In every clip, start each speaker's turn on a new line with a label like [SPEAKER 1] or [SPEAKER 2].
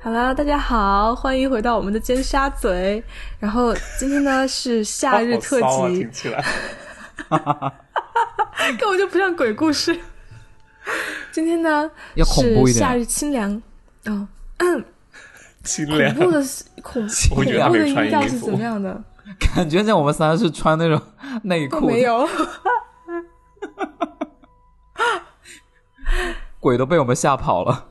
[SPEAKER 1] 好啦，大家好，欢迎回到我们的尖沙咀。然后今天呢是夏日特
[SPEAKER 2] 好骚啊、
[SPEAKER 1] 辑
[SPEAKER 2] 听，起来
[SPEAKER 1] 根本就不像鬼故事。 今天呢
[SPEAKER 3] 要恐怖一点
[SPEAKER 1] 是夏日清凉，哦，
[SPEAKER 2] 清
[SPEAKER 1] 恐
[SPEAKER 2] 凉。
[SPEAKER 1] 怖的恐
[SPEAKER 2] 我
[SPEAKER 1] 恐
[SPEAKER 2] 觉得他
[SPEAKER 1] 怖
[SPEAKER 2] 没
[SPEAKER 1] 的
[SPEAKER 2] 有
[SPEAKER 1] 音
[SPEAKER 2] 穿
[SPEAKER 1] 调
[SPEAKER 2] 衣
[SPEAKER 1] 是
[SPEAKER 2] 服
[SPEAKER 1] 怎么样的？
[SPEAKER 3] 感觉像我们三是穿那种内
[SPEAKER 1] 都
[SPEAKER 3] 裤，
[SPEAKER 1] 哦没有，
[SPEAKER 3] 鬼都被我们吓跑了。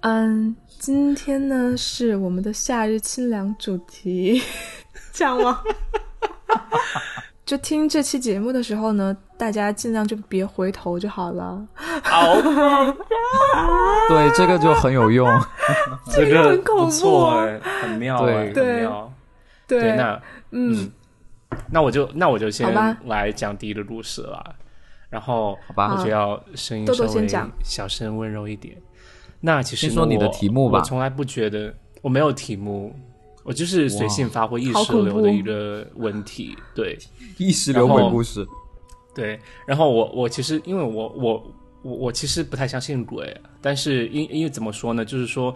[SPEAKER 1] 嗯，今天呢是我们的夏日清凉主题， 这样吗？ 就听这期节目的时候呢，大家尽量就别回头就好了，
[SPEAKER 2] 好，
[SPEAKER 3] 对，这个就很有用。
[SPEAKER 2] 这
[SPEAKER 1] 个
[SPEAKER 2] 个
[SPEAKER 1] 很恐怖
[SPEAKER 2] 不错哎，很妙哎，
[SPEAKER 3] 对
[SPEAKER 2] 很妙。
[SPEAKER 1] 对，
[SPEAKER 2] 对，那
[SPEAKER 1] 嗯，
[SPEAKER 2] 那我就那我就先
[SPEAKER 1] 好吧
[SPEAKER 2] 来讲第一个故事了，然后好
[SPEAKER 3] 吧
[SPEAKER 2] 我就要声音
[SPEAKER 1] 豆
[SPEAKER 2] 稍
[SPEAKER 1] 豆先
[SPEAKER 2] 微
[SPEAKER 1] 讲
[SPEAKER 2] 小声温柔一点。那其实呢
[SPEAKER 3] 先说你的
[SPEAKER 2] 我
[SPEAKER 3] 题目吧
[SPEAKER 2] 我从来不觉得我没有题目，我就是随性发挥意
[SPEAKER 1] 好
[SPEAKER 2] 识
[SPEAKER 1] 恐
[SPEAKER 2] 流的
[SPEAKER 1] 怖
[SPEAKER 2] 一个问题。对，
[SPEAKER 3] 意识流鬼故事，
[SPEAKER 2] 对，然后我我其实因为我我我我其实不太相信鬼，但是因因为怎么说呢，就是说，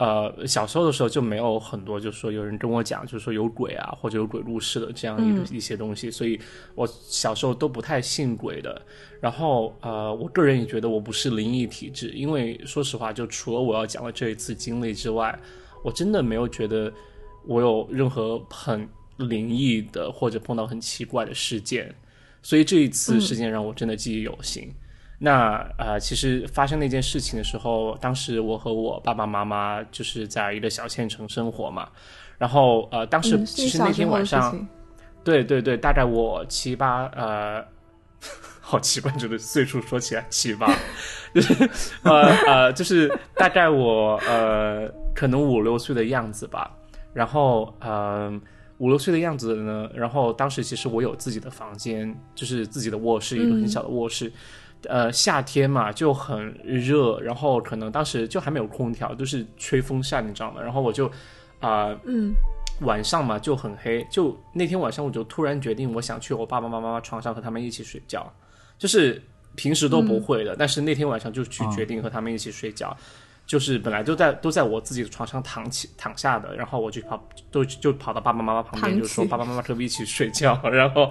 [SPEAKER 2] 呃，小时候的时候就没有很多，就是说有人跟我讲，就是说有鬼啊或者有鬼入室的这样一个、一些东西，所以我小时候都不太信鬼的。然后呃，我个人也觉得我不是灵异体质，因为说实话，就除了我要讲的这一次经历之外，我真的没有觉得我有任何很灵异的或者碰到很奇怪的事件。所以这一次事件让我真的记忆犹新。那呃，其实发生那件事情的时候，当时我和我爸爸妈妈就是在一个小县城生活嘛，然后呃，当时
[SPEAKER 1] 嗯
[SPEAKER 2] 其
[SPEAKER 1] 你
[SPEAKER 2] 实
[SPEAKER 1] 小
[SPEAKER 2] 那
[SPEAKER 1] 时
[SPEAKER 2] 天
[SPEAKER 1] 候的
[SPEAKER 2] 晚
[SPEAKER 1] 事
[SPEAKER 2] 上，
[SPEAKER 1] 情
[SPEAKER 2] 对对对，大概我七八呃， 好奇怪，这个岁数说起来七八，就是呃呃，就是大概我呃可能五六岁的样子吧。然后呃五六岁的样子呢，然后当时其实我有自己的房间，就是自己的卧室，一个很小的卧室。呃，夏天嘛就很热，然后可能当时就还没有空调，就是吹风扇，你知道吗？然后我就啊。呃
[SPEAKER 1] 嗯，
[SPEAKER 2] 晚上嘛就很黑，就那天晚上我就突然决定，我想去我爸爸妈妈床上和他们一起睡觉，就是平时都不会的，但是那天晚上就去决定和他们一起睡觉，就是本来都在都在我自己的床上躺起躺下的，然后我就跑都就跑到爸爸妈妈旁边，
[SPEAKER 1] 躺
[SPEAKER 2] 就说
[SPEAKER 1] 起
[SPEAKER 2] 爸爸妈妈可不可以一起睡觉，然后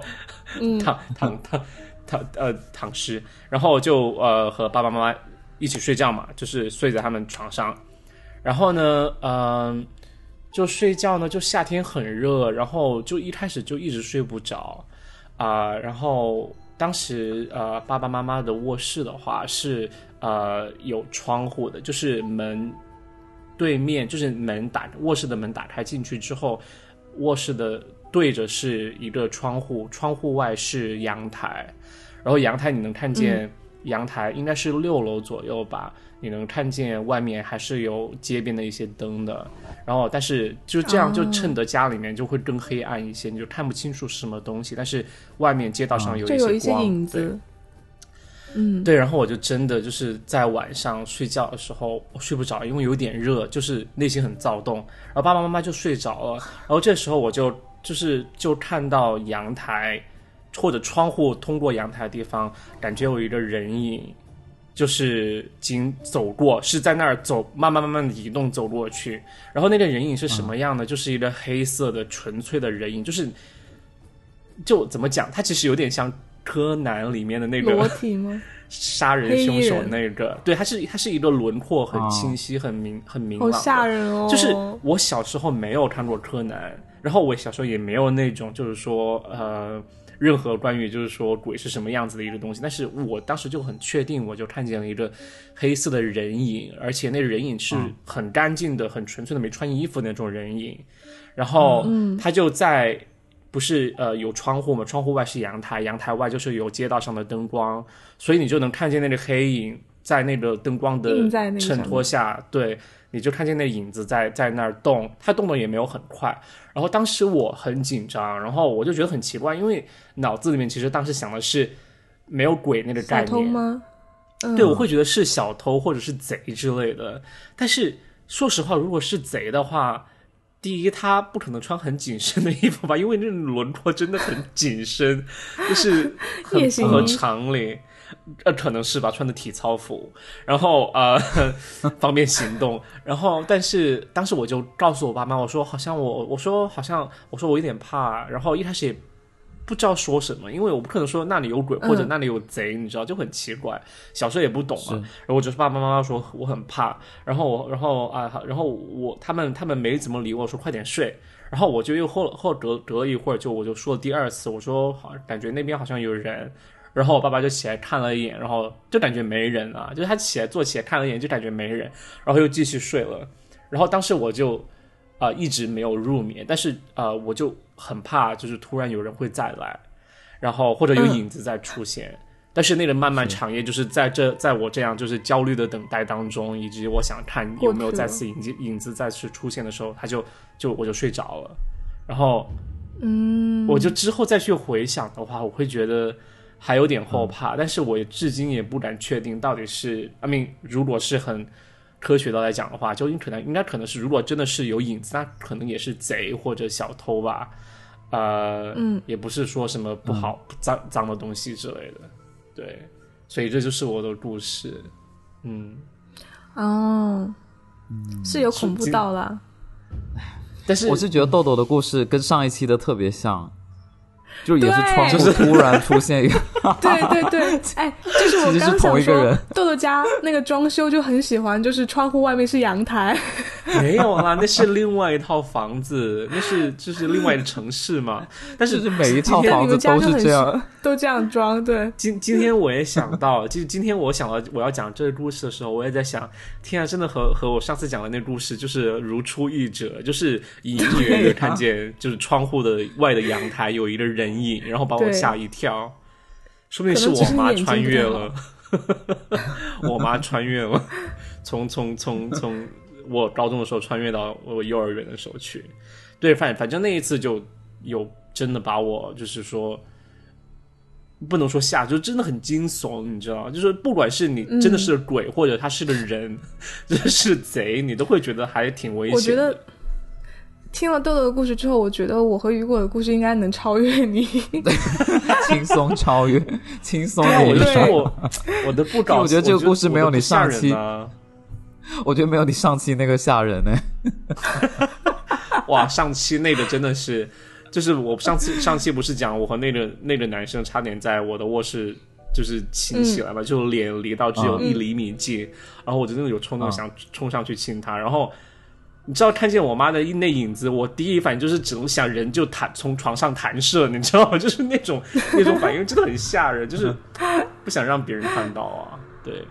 [SPEAKER 2] 躺躺躺躺呃躺尸，然后就呃和爸爸妈妈一起睡觉嘛，就是睡在他们床上，然后呢，嗯、就睡觉呢，就夏天很热，然后就一开始就一直睡不着啊、然后当时呃爸爸妈妈的卧室的话是呃有窗户的，就是门对面就是门打卧室的门打开进去之后，卧室的对着是一个窗户，窗户外是阳台，然后阳台你能看见阳台应该是六楼左右吧，你能看见外面还是有街边的一些灯的，然后但是就这样就衬得家里面就会更黑暗一些，你就看不清楚是什么东西，但是外面街道上有
[SPEAKER 1] 就有一些
[SPEAKER 2] 光，
[SPEAKER 1] 影
[SPEAKER 2] 对
[SPEAKER 1] 子，嗯，
[SPEAKER 2] 对，然后我就真的就是在晚上睡觉的时候我睡不着，因为有点热，就是内心很躁动。然后爸爸妈妈就睡着了，然后这时候我就就是就看到阳台或者窗户通过阳台的地方，感觉有一个人影，就是经走过，是在那儿走，慢慢慢慢的移动走过去。然后那个人影是什么样呢？就是一个黑色的纯粹的人影，就是就怎么讲，它其实有点像柯南里面的 那个
[SPEAKER 1] 裸体吗？
[SPEAKER 2] 杀人凶手那个，对，它是它是一个轮廓很清晰、很明很明
[SPEAKER 1] 好
[SPEAKER 2] 朗
[SPEAKER 1] 吓
[SPEAKER 2] 的。
[SPEAKER 1] 人哦！
[SPEAKER 2] 就是我小时候没有看过柯南，然后我小时候也没有那种就是说呃任何关于就是说鬼是什么样子的一个东西，但是我当时就很确定，我就看见了一个黑色的人影，而且那人影是
[SPEAKER 1] 嗯
[SPEAKER 2] 很干净的、很纯粹的没穿衣服的那种人影，然后
[SPEAKER 1] 嗯
[SPEAKER 2] 他就在不是呃有窗户嘛，窗户外是阳台，阳台外就是有街道上的灯光，所以你就能看见那个黑影在那个灯光的
[SPEAKER 1] 映在那个上
[SPEAKER 2] 衬
[SPEAKER 1] 面
[SPEAKER 2] 托下，对，你就看见那影子在在那儿动，它动的也没有很快。然后当时我很紧张，然后我就觉得很奇怪，因为脑子里面其实当时想的是没有鬼那个概
[SPEAKER 1] 小
[SPEAKER 2] 念，
[SPEAKER 1] 偷吗？嗯
[SPEAKER 2] 对，我会觉得是小偷或者是贼之类的。但是说实话，如果是贼的话，第一他不可能穿很紧身的衣服吧，因为那轮廓真的很紧身，就是很
[SPEAKER 1] 夜
[SPEAKER 2] 不
[SPEAKER 1] 行
[SPEAKER 2] 合
[SPEAKER 1] 衣
[SPEAKER 2] 常理。呃，可能是吧，穿的体操服，然后呃， 方便行动。然后，但是当时我就告诉我爸妈，我说好像我，我说好像，我说我有点怕。然后一开始也不知道说什么，因为我不可能说那里有鬼或者
[SPEAKER 1] 嗯
[SPEAKER 2] 那里有贼，你知道就很奇怪。小时候也不懂
[SPEAKER 3] 是
[SPEAKER 2] 嘛，然后我就是爸爸妈妈说我很怕，然后我，然后啊、好然后我他们他们没怎么理我，说快点睡。然后我就又后后隔隔了一会儿，就我就说了第二次，我说好感觉那边好像有人，然后我爸爸就起来看了一眼，然后就感觉没人啊，就是他起来坐起来看了一眼就感觉没人，然后又继续睡了。然后当时我就啊、呃一直没有入眠，但是呃我就很怕，就是突然有人会再来，然后或者有
[SPEAKER 1] 嗯
[SPEAKER 2] 影子再出现。但是那个漫漫长夜，就是在这，在我这样就是焦虑的等待当中，以及我想看有没有
[SPEAKER 1] 过去了
[SPEAKER 2] 再次影子影子再次出现的时候，他就就我就睡着了。然后
[SPEAKER 1] 嗯，
[SPEAKER 2] 我就之后再去回想的话，我会觉得还有点
[SPEAKER 3] 嗯
[SPEAKER 2] 后怕，但是我也至今也不敢确定到底是，I mean，如果是很科学的来讲的话，就应可能应该可能是，如果真的是有影子，那可能也是贼或者小偷吧，呃，
[SPEAKER 1] 嗯，
[SPEAKER 2] 也不是说什么
[SPEAKER 3] 嗯
[SPEAKER 2] 不好、脏脏的东西之类的，对，所以这就是我的故事，嗯，
[SPEAKER 1] 哦，是有恐怖
[SPEAKER 2] 是
[SPEAKER 1] 到啦。
[SPEAKER 2] 但是
[SPEAKER 3] 我是觉得豆豆的故事跟上一期的特别像，就也是
[SPEAKER 1] 对
[SPEAKER 3] 窗户突然出现一个，
[SPEAKER 1] 对对对，哎，就是我
[SPEAKER 3] 其实是
[SPEAKER 1] 刚
[SPEAKER 3] 同
[SPEAKER 1] 想
[SPEAKER 3] 一个
[SPEAKER 1] 说
[SPEAKER 3] 人，
[SPEAKER 1] 豆豆家那个装修就很喜欢，就是窗户外面是阳台，
[SPEAKER 2] 没有啦，那是另外一套房子，那是就是另外一个城市嘛，但
[SPEAKER 3] 就是是每一套
[SPEAKER 2] 今天
[SPEAKER 3] 房子都是这样。
[SPEAKER 1] 都这样装。对，
[SPEAKER 2] 今今天我也想到，就是今天我想到我要讲这个故事的时候，我也在想，天啊，真的和和我上次讲的那个故事就是如出一辙，就是隐隐约约看见就是窗户的外的阳台有一个人影，然后把我
[SPEAKER 1] 对
[SPEAKER 2] 吓一跳，说不定
[SPEAKER 1] 可能
[SPEAKER 2] 我
[SPEAKER 1] 只是
[SPEAKER 2] 妈
[SPEAKER 1] 你眼睛
[SPEAKER 2] 穿越
[SPEAKER 1] 不太好
[SPEAKER 2] 了，我妈穿越了，从从从从我高中的时候穿越到我幼儿园的时候去，对，反反正那一次就有真的把我就是说。不能说吓，就真的很惊悚，你知道吗？就是不管是你
[SPEAKER 1] 嗯
[SPEAKER 2] 真的是鬼，或者他是个人， 就是贼，你都会觉得还挺危险的。
[SPEAKER 1] 我觉得听了豆豆的故事之后，我觉得我和雨果的故事应该能超越你。
[SPEAKER 3] 轻松超越，轻松
[SPEAKER 2] 对啊，我
[SPEAKER 3] 演
[SPEAKER 2] 就
[SPEAKER 3] 绎
[SPEAKER 1] 对
[SPEAKER 2] 说
[SPEAKER 3] 上。
[SPEAKER 2] 我我的不搞，
[SPEAKER 3] 我觉得这个故事
[SPEAKER 2] 我
[SPEAKER 3] 没有
[SPEAKER 2] 的不
[SPEAKER 3] 你上
[SPEAKER 2] 吓人
[SPEAKER 3] 期
[SPEAKER 2] 啊
[SPEAKER 3] 我觉得没有你上期那个吓人呢、
[SPEAKER 2] 哇，上期那个真的是，就是我上次 上期不是讲我和那个那个男生差点在我的卧室就是亲起
[SPEAKER 3] 嗯
[SPEAKER 2] 来嘛，就脸离到只有一厘米近，然后我就真的有冲动
[SPEAKER 3] 嗯
[SPEAKER 2] 想冲上去亲她，然后。你知道看见我妈的那影子，我第一反应就是只能想人就弹从床上弹射，你知道吗？就是那 种那种反应真的很吓人，就是不想让别人看到啊。对，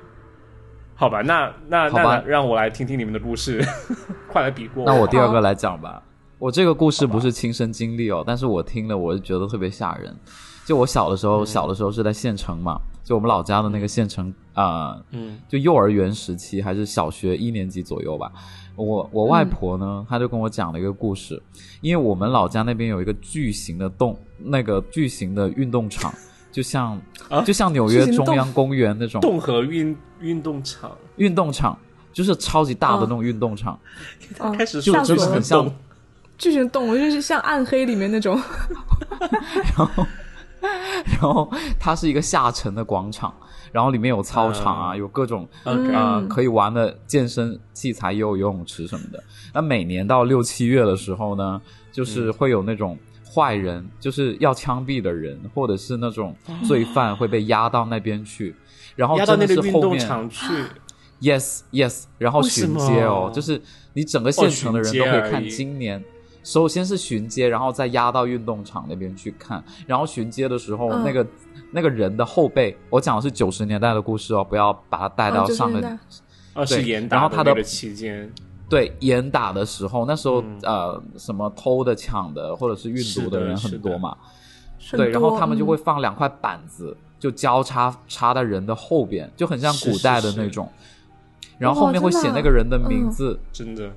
[SPEAKER 2] 好吧，那那
[SPEAKER 3] 嗯好吧
[SPEAKER 2] 那让我来听听你们的故事， 快来比过
[SPEAKER 3] 那我第二
[SPEAKER 1] 好
[SPEAKER 3] 个来讲吧。我这个故事不是亲身经历哦，但是我听了我就觉得特别吓人。就我小的时
[SPEAKER 1] 嗯
[SPEAKER 3] 候，小的时候是在县城嘛，就我们老家的那个县城啊、呃
[SPEAKER 2] 嗯
[SPEAKER 3] 就幼儿园时期还是小学一年级左右吧。我我外婆
[SPEAKER 1] 嗯
[SPEAKER 3] 呢，她就跟我讲了一个故事，因为我们老家那边有一个巨型的动，那个巨型的运动场，就像、
[SPEAKER 2] 啊
[SPEAKER 3] 就像纽
[SPEAKER 1] 巨
[SPEAKER 3] 约
[SPEAKER 1] 型
[SPEAKER 3] 中
[SPEAKER 1] 动
[SPEAKER 3] 央公园那种
[SPEAKER 2] 动和运运动场，
[SPEAKER 3] 运动场，就是超级大的
[SPEAKER 1] 嗯
[SPEAKER 3] 那种运动场。
[SPEAKER 1] 嗯，
[SPEAKER 2] 开始
[SPEAKER 1] 就
[SPEAKER 2] 说
[SPEAKER 1] 吓死
[SPEAKER 2] 就
[SPEAKER 1] 我
[SPEAKER 2] 是
[SPEAKER 1] 了
[SPEAKER 2] 很
[SPEAKER 3] 像
[SPEAKER 2] 动，
[SPEAKER 1] 巨型动物就是像暗黑里面那种，
[SPEAKER 3] 然后它是一个下沉的广场，然后里面有操场啊，
[SPEAKER 2] 嗯
[SPEAKER 3] 有各种
[SPEAKER 2] 嗯
[SPEAKER 3] 呃
[SPEAKER 1] 嗯
[SPEAKER 3] 可以玩的健身器材，也有游泳池什么的。那每年到六七月的时候呢，
[SPEAKER 2] 嗯
[SPEAKER 3] 就是会有那种坏人，就是要枪毙的人，或者是那种罪犯会被押到那边去，然后
[SPEAKER 2] 压到
[SPEAKER 3] 真
[SPEAKER 2] 那
[SPEAKER 3] 的
[SPEAKER 2] 个
[SPEAKER 3] 是
[SPEAKER 2] 运
[SPEAKER 3] 后
[SPEAKER 2] 动
[SPEAKER 3] 面
[SPEAKER 2] 场去，
[SPEAKER 3] yes yes，然后
[SPEAKER 2] 为什
[SPEAKER 3] 巡街哦
[SPEAKER 2] 么，
[SPEAKER 3] 就是你整个县城的人都
[SPEAKER 2] 哦巡街
[SPEAKER 3] 可
[SPEAKER 2] 而
[SPEAKER 3] 以
[SPEAKER 2] 已
[SPEAKER 3] 看今年。首先是巡街，然后再压到运动场那边去看。然后巡街的时候，
[SPEAKER 1] 嗯
[SPEAKER 3] 那个那个人的后背，我讲的是九十年代的故事哦，不要把它带
[SPEAKER 1] 啊
[SPEAKER 3] 到
[SPEAKER 1] 就是
[SPEAKER 3] 上个、
[SPEAKER 1] 那
[SPEAKER 2] 二啊是
[SPEAKER 3] 对
[SPEAKER 2] 严
[SPEAKER 3] 然
[SPEAKER 2] 打
[SPEAKER 3] 后
[SPEAKER 2] 的
[SPEAKER 3] 他
[SPEAKER 2] 那
[SPEAKER 3] 的
[SPEAKER 2] 个期间，
[SPEAKER 3] 对严打的时候，那时候、呃什么偷的、抢的或者是运毒
[SPEAKER 2] 嗯是的
[SPEAKER 3] 人
[SPEAKER 2] 是的
[SPEAKER 3] 很多嘛，
[SPEAKER 1] 很
[SPEAKER 3] 对，然后他们就
[SPEAKER 1] 多嗯
[SPEAKER 3] 会放两块板子，就交叉插在人的后边，就很像
[SPEAKER 2] 是
[SPEAKER 3] 古
[SPEAKER 2] 是
[SPEAKER 3] 代的
[SPEAKER 2] 是
[SPEAKER 3] 那种。然后
[SPEAKER 1] 哇
[SPEAKER 3] 后面会
[SPEAKER 1] 真
[SPEAKER 3] 写
[SPEAKER 1] 的
[SPEAKER 3] 那个人的名
[SPEAKER 1] 嗯
[SPEAKER 3] 字，
[SPEAKER 2] 真的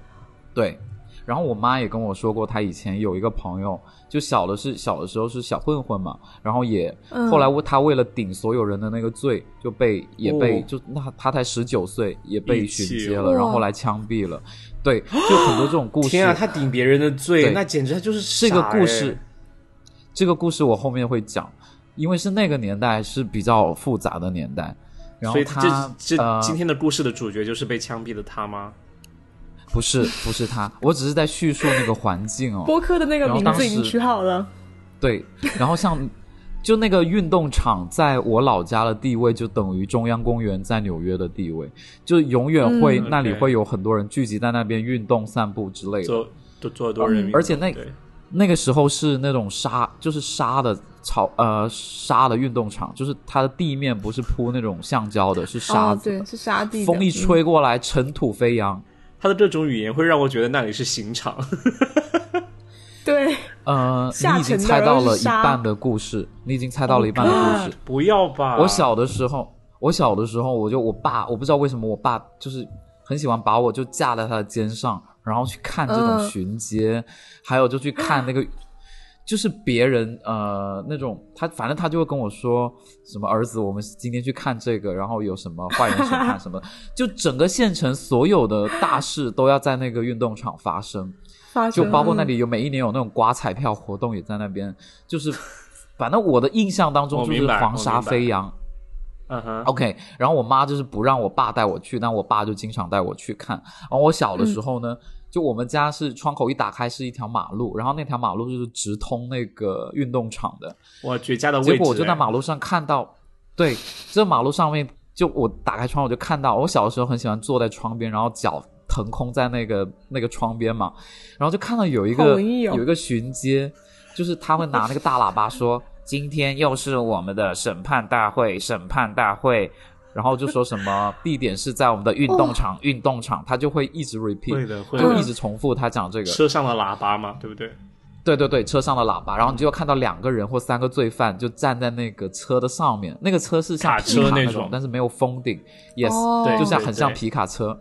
[SPEAKER 3] 对，然后我妈也跟我说过，她以前有一个朋友，就小的是小的时候是小混混嘛，然后也、
[SPEAKER 1] 嗯
[SPEAKER 3] 后来为她为了顶所有人的那个罪，就被也被、
[SPEAKER 2] 哦
[SPEAKER 3] 就那她才十九岁也被
[SPEAKER 2] 义
[SPEAKER 3] 巡
[SPEAKER 2] 气
[SPEAKER 3] 街
[SPEAKER 2] 哦
[SPEAKER 3] 了，然后
[SPEAKER 1] 哇
[SPEAKER 3] 后来枪毙了，对，就很多这种故事。
[SPEAKER 2] 天啊，他顶别人的罪，
[SPEAKER 3] 对
[SPEAKER 2] 那简直他就是
[SPEAKER 3] 这个
[SPEAKER 2] 傻哎
[SPEAKER 3] 故
[SPEAKER 2] 欸
[SPEAKER 3] 事，这个故事我后面会讲。因为是那个年代是比较复杂的年代，然
[SPEAKER 2] 所
[SPEAKER 3] 后
[SPEAKER 2] 以
[SPEAKER 3] 他
[SPEAKER 2] 这这
[SPEAKER 3] 呃
[SPEAKER 2] 今天的故事的主角就是被枪毙的他吗？
[SPEAKER 3] 不是不是他，我只是在叙述那个环境哦。
[SPEAKER 1] 播客的那个
[SPEAKER 3] 然后
[SPEAKER 1] 名
[SPEAKER 3] 当
[SPEAKER 1] 字已经
[SPEAKER 3] 时
[SPEAKER 1] 取好了，
[SPEAKER 3] 对，然后像就那个运动场在我老家的地位，就等于中央公园在纽约的地位，就永远会、
[SPEAKER 2] 嗯
[SPEAKER 3] 那里
[SPEAKER 2] OK
[SPEAKER 3] 会有很多人聚集在那边运动、散步之类的。
[SPEAKER 2] 做做做多人民，
[SPEAKER 3] 而且那
[SPEAKER 2] 对
[SPEAKER 3] 那个时候是那种沙，就是沙的草，呃，沙的运动场，就是它的地面不是铺那种橡胶的，是沙
[SPEAKER 1] 哦，
[SPEAKER 3] 子的。
[SPEAKER 1] 对，是沙地的。
[SPEAKER 3] 风一
[SPEAKER 1] 嗯
[SPEAKER 3] 吹过来，尘土飞扬。
[SPEAKER 2] 他的这种语言会让我觉得那里是刑场，
[SPEAKER 1] 对，
[SPEAKER 3] 呃，
[SPEAKER 1] 下
[SPEAKER 3] 你已经
[SPEAKER 1] 沉的
[SPEAKER 3] 猜到
[SPEAKER 1] 然后
[SPEAKER 3] 了
[SPEAKER 1] 是
[SPEAKER 3] 一
[SPEAKER 1] 沙哦
[SPEAKER 3] 半的故事，你已经猜到了一半的故事。
[SPEAKER 2] 不要吧？
[SPEAKER 3] 我小的时候，我小的时候，我就我爸，我不知道为什么我爸就是很喜欢把我就架在他的肩上，然后去看这种
[SPEAKER 1] 嗯
[SPEAKER 3] 巡街，还有就去看那个，就是别人呃那种他反正他就会跟我说什么儿子，我们今天去看这个，然后有什么坏人审判什么的，就整个县城所有的大事都要在那个运动场发生。
[SPEAKER 1] 发
[SPEAKER 3] 就
[SPEAKER 1] 生
[SPEAKER 3] 包括
[SPEAKER 1] 了哦
[SPEAKER 3] 那里有每一年有那种刮彩票活动也在那边，就是反正我的印象当中
[SPEAKER 2] 我
[SPEAKER 3] 就
[SPEAKER 2] 明
[SPEAKER 3] 是
[SPEAKER 2] 白
[SPEAKER 3] 黄
[SPEAKER 2] 我
[SPEAKER 3] 沙
[SPEAKER 2] 明白
[SPEAKER 3] 飞扬。
[SPEAKER 2] 嗯哼，
[SPEAKER 3] OK，然后我妈就是不让我爸带我去，但我爸就经常带我去看。然后我小的时候呢，就我们家是窗口一打开是一条马路，然后那条马路就是直通那个运动场的。
[SPEAKER 2] 哇，绝佳的位置。
[SPEAKER 3] 结果我就在
[SPEAKER 2] 哎
[SPEAKER 3] 马路上看到，对，这马路上面就我打开窗我就看到，我小的时候很喜欢坐在窗边，然后脚腾空在那个那个窗边嘛，然后就看到有一
[SPEAKER 1] 好
[SPEAKER 3] 个、
[SPEAKER 1] 文艺哦
[SPEAKER 3] 有一个巡街，就是他会拿那个大喇叭说：“今天又是我们的审判大会，审判大会。”然后就说什么地点是在我们的运动
[SPEAKER 1] 哦
[SPEAKER 3] 场，运动场，他就会一直 repeat，
[SPEAKER 2] 会的会
[SPEAKER 3] 就
[SPEAKER 1] 嗯
[SPEAKER 2] 的
[SPEAKER 3] 一直重复他讲这个。
[SPEAKER 2] 车上的喇叭嘛，对不对？
[SPEAKER 3] 对对对，车上的喇叭，然后你就看到两个人或三个罪犯就站在那个车的上面，那个车是像
[SPEAKER 2] 卡
[SPEAKER 3] 皮卡
[SPEAKER 2] 车那
[SPEAKER 3] 那
[SPEAKER 2] 种
[SPEAKER 3] 但是没有封顶，yes，、
[SPEAKER 1] 哦
[SPEAKER 2] 对
[SPEAKER 3] 就像
[SPEAKER 2] 对
[SPEAKER 3] 很像
[SPEAKER 2] 对
[SPEAKER 3] 皮卡车。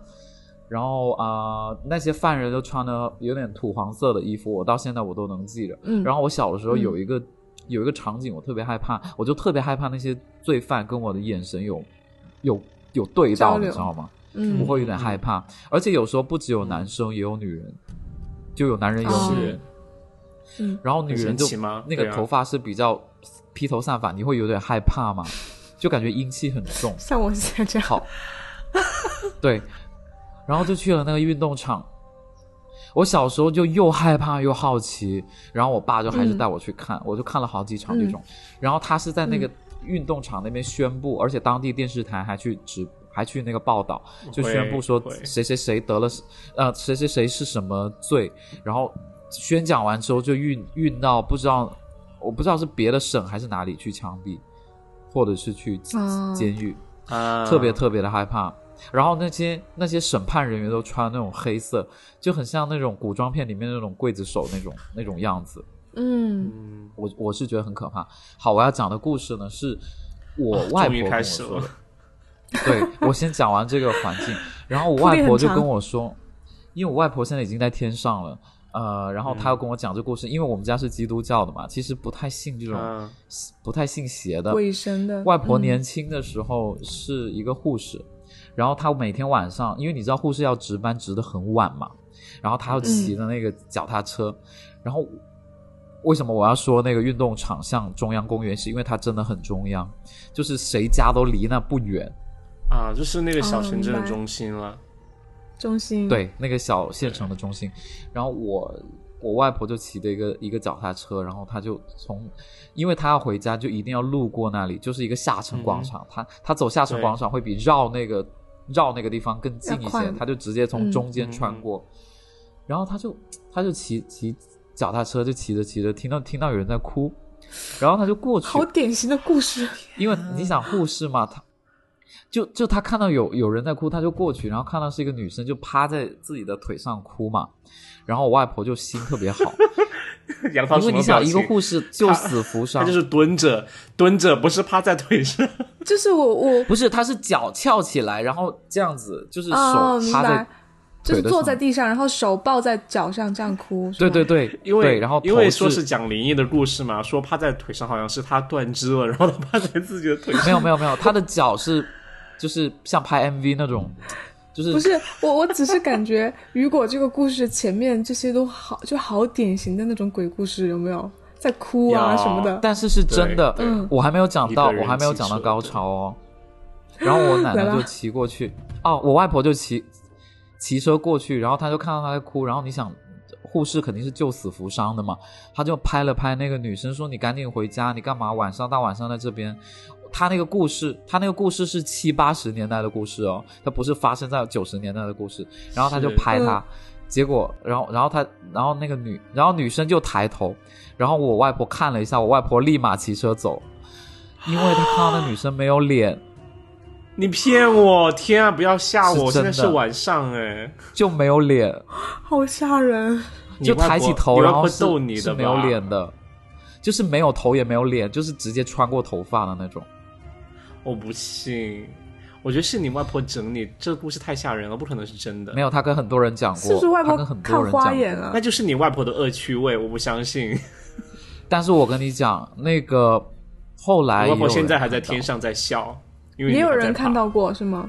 [SPEAKER 3] 然后啊、呃那些犯人都穿的有点土黄色的衣服，我到现在我都能记着。
[SPEAKER 1] 嗯
[SPEAKER 3] 然后我小的时候有一个、有一个场景，我特别害怕，我就特别害怕那些罪犯跟我的眼神有有有对
[SPEAKER 1] 交
[SPEAKER 3] 到，你
[SPEAKER 1] 流
[SPEAKER 3] 知道吗？我
[SPEAKER 1] 嗯，
[SPEAKER 3] 会有点害怕，而且有时候不只有男生，也有女人，就有男人也
[SPEAKER 1] 哦
[SPEAKER 3] 有女人
[SPEAKER 2] 是。
[SPEAKER 1] 嗯
[SPEAKER 3] 然后女
[SPEAKER 2] 很
[SPEAKER 3] 人
[SPEAKER 2] 神
[SPEAKER 3] 就
[SPEAKER 2] 奇吗
[SPEAKER 3] 那个
[SPEAKER 2] 对啊
[SPEAKER 3] 头发是比较披头散发，你会有点害怕吗？就感觉阴气很重。
[SPEAKER 1] 像我现在这样，
[SPEAKER 3] 好， 对，然后就去了那个运动场。我小时候就又害怕又好奇，然后我爸就还是带我去看，我就看了好几场这种。然后他是在那个运动场那边宣布，而且当地电视台还去直还去那个报道，就宣布说
[SPEAKER 2] 会会
[SPEAKER 3] 谁谁谁得了，呃，谁谁谁是什么罪，然后宣讲完之后就运运到不知道，我不知道是别的省还是哪里去枪毙，或者是去
[SPEAKER 1] 哦
[SPEAKER 3] 监狱。
[SPEAKER 2] 啊，
[SPEAKER 3] 特别特别的害怕。然后那些那些审判人员都穿那种黑色，就很像那种古装片里面那种刽子手那种那种样子。
[SPEAKER 1] 嗯，
[SPEAKER 2] 嗯，
[SPEAKER 3] 我我是觉得很可怕。好，我要讲的故事呢，是我外
[SPEAKER 2] 哦终于
[SPEAKER 3] 婆跟
[SPEAKER 2] 开
[SPEAKER 3] 我
[SPEAKER 2] 始
[SPEAKER 3] 说
[SPEAKER 2] 了
[SPEAKER 3] 的。对我先讲完这个环境，然后我
[SPEAKER 1] 铺垫
[SPEAKER 3] 外婆
[SPEAKER 1] 很
[SPEAKER 3] 就
[SPEAKER 1] 长
[SPEAKER 3] 跟我说，因为我外婆现在已经在天上了，呃，然后
[SPEAKER 2] 嗯
[SPEAKER 3] 她要跟我讲这故事，因为我们家是基督教的嘛，其实不太信这种、
[SPEAKER 2] 啊
[SPEAKER 3] 不太信邪的，
[SPEAKER 1] 卫生的
[SPEAKER 3] 外婆
[SPEAKER 1] 嗯
[SPEAKER 3] 年轻的时候是一个护士，然后她每天晚上，因为你知道护士要值班值得很晚嘛，然后她要
[SPEAKER 1] 嗯
[SPEAKER 3] 骑的那个脚踏车，然后为什么我要说那个运动场像中央公园，是因为它真的很中央，就是谁家都离那不远，
[SPEAKER 2] 啊，就是那个小城
[SPEAKER 1] 哦明
[SPEAKER 2] 镇的
[SPEAKER 1] 白
[SPEAKER 2] 中心 了。
[SPEAKER 1] 中心，
[SPEAKER 3] 对，那个小县城的中心。然后我我外婆就骑着一个一个脚踏车，然后她就从，因为她要回家就一定要路过那里，就是一个下沉广
[SPEAKER 1] 嗯
[SPEAKER 3] 场。她她走下沉
[SPEAKER 2] 对
[SPEAKER 3] 广场会比绕那个绕那个地方更近一
[SPEAKER 1] 要
[SPEAKER 3] 些
[SPEAKER 1] 快，
[SPEAKER 3] 她就直接从
[SPEAKER 1] 嗯
[SPEAKER 3] 中间穿过。然后她就她就骑骑脚踏车就骑着骑着，听到听到有人在哭，然后她就过去，
[SPEAKER 1] 好典型的故事，
[SPEAKER 3] 因为你想护士
[SPEAKER 2] 啊
[SPEAKER 3] 嘛，她就就她看到有有人在哭，她就过去，然后看到是一个女生，就趴在自己的腿上哭嘛。然后我外婆就心 特别好，
[SPEAKER 2] 杨涛
[SPEAKER 3] 因
[SPEAKER 2] 什
[SPEAKER 3] 为
[SPEAKER 2] 么
[SPEAKER 3] 你
[SPEAKER 2] 表
[SPEAKER 3] 想
[SPEAKER 2] 情？
[SPEAKER 3] 一个护士救死扶伤，
[SPEAKER 2] 他就是蹲着，蹲着不是趴在腿上。
[SPEAKER 1] 就是我我
[SPEAKER 3] 不是她是脚翘起来，然后这样子就是手
[SPEAKER 1] 哦，明
[SPEAKER 3] 趴在，
[SPEAKER 1] 白，就是
[SPEAKER 3] 腿的
[SPEAKER 1] 坐
[SPEAKER 3] 上
[SPEAKER 1] 在地上，然后手抱在脚上这样哭，是
[SPEAKER 3] 对
[SPEAKER 1] 吧
[SPEAKER 3] 对对，
[SPEAKER 2] 因为
[SPEAKER 3] 对然后
[SPEAKER 2] 因为
[SPEAKER 3] 头
[SPEAKER 2] 说是
[SPEAKER 3] 是
[SPEAKER 2] 讲灵异的故事嘛，说趴在腿上好像是他断肢了，然后他趴在自己的腿上。
[SPEAKER 3] 没有没有没有，她的脚是就是像拍 MV 那种，就是
[SPEAKER 1] 不是我，我只是感觉雨果这个故事前面这些都好，就好典型的那种鬼故事，有没有？在哭啊
[SPEAKER 2] 呀
[SPEAKER 1] 什么的。
[SPEAKER 3] 但是是真的
[SPEAKER 2] 对对，
[SPEAKER 3] 我还没有讲到
[SPEAKER 2] 一个，人
[SPEAKER 3] 我还没有讲到
[SPEAKER 2] 骑车
[SPEAKER 3] 高潮哦。然后我奶奶
[SPEAKER 1] 来
[SPEAKER 3] 就
[SPEAKER 1] 吧
[SPEAKER 3] 骑过去，哦，我外婆就骑骑车过去，然后她就看到她在哭，然后你想，护士肯定是救死扶伤的嘛，她就拍了拍那个女生说：“你赶紧回家，你干嘛晚上大晚上在这边？”她那个故事，她那个故事是七八十年代的故事哦，它不是发生在九十年代的故事。然后她就是拍
[SPEAKER 1] 嗯
[SPEAKER 3] 她，结果，然后，然后她，然后那个女，然后女生就抬头，然后我外婆看了一下，我外婆立马骑车走，因为她看到那女生没 有脸，
[SPEAKER 2] 你骗我！天啊，不要吓我！
[SPEAKER 3] 是
[SPEAKER 2] 现
[SPEAKER 3] 真
[SPEAKER 2] 在
[SPEAKER 3] 的
[SPEAKER 2] 是晚上哎、
[SPEAKER 3] 就没有脸，
[SPEAKER 1] 好吓人！
[SPEAKER 2] 你
[SPEAKER 3] 就
[SPEAKER 2] 外婆
[SPEAKER 3] 抬起头，
[SPEAKER 2] 你
[SPEAKER 3] 然
[SPEAKER 2] 外
[SPEAKER 3] 后
[SPEAKER 2] 婆
[SPEAKER 3] 是
[SPEAKER 2] 逗你
[SPEAKER 3] 是
[SPEAKER 2] 的吧
[SPEAKER 3] 没有脸的，就是没有头也没有脸，就是直接穿过头发的那种。
[SPEAKER 2] 我不信，我觉得是你外婆整你，这故事太吓人了，不可能是真的
[SPEAKER 3] 没。有，她跟很多人讲过，
[SPEAKER 1] 是不是外
[SPEAKER 3] 她
[SPEAKER 1] 婆
[SPEAKER 3] 跟很多
[SPEAKER 1] 看
[SPEAKER 3] 人
[SPEAKER 1] 花
[SPEAKER 3] 讲过
[SPEAKER 1] 眼啊
[SPEAKER 2] 那？就是你外婆的恶趣味，我不相信。
[SPEAKER 3] 但是我跟你讲，那个后来
[SPEAKER 2] 我外
[SPEAKER 3] 也有
[SPEAKER 2] 婆
[SPEAKER 3] 人
[SPEAKER 2] 现在还在
[SPEAKER 3] 看到
[SPEAKER 2] 天，上在笑，因为
[SPEAKER 1] 也
[SPEAKER 2] 你
[SPEAKER 1] 有
[SPEAKER 2] 还在
[SPEAKER 1] 人
[SPEAKER 2] 爬
[SPEAKER 1] 看到过是吗？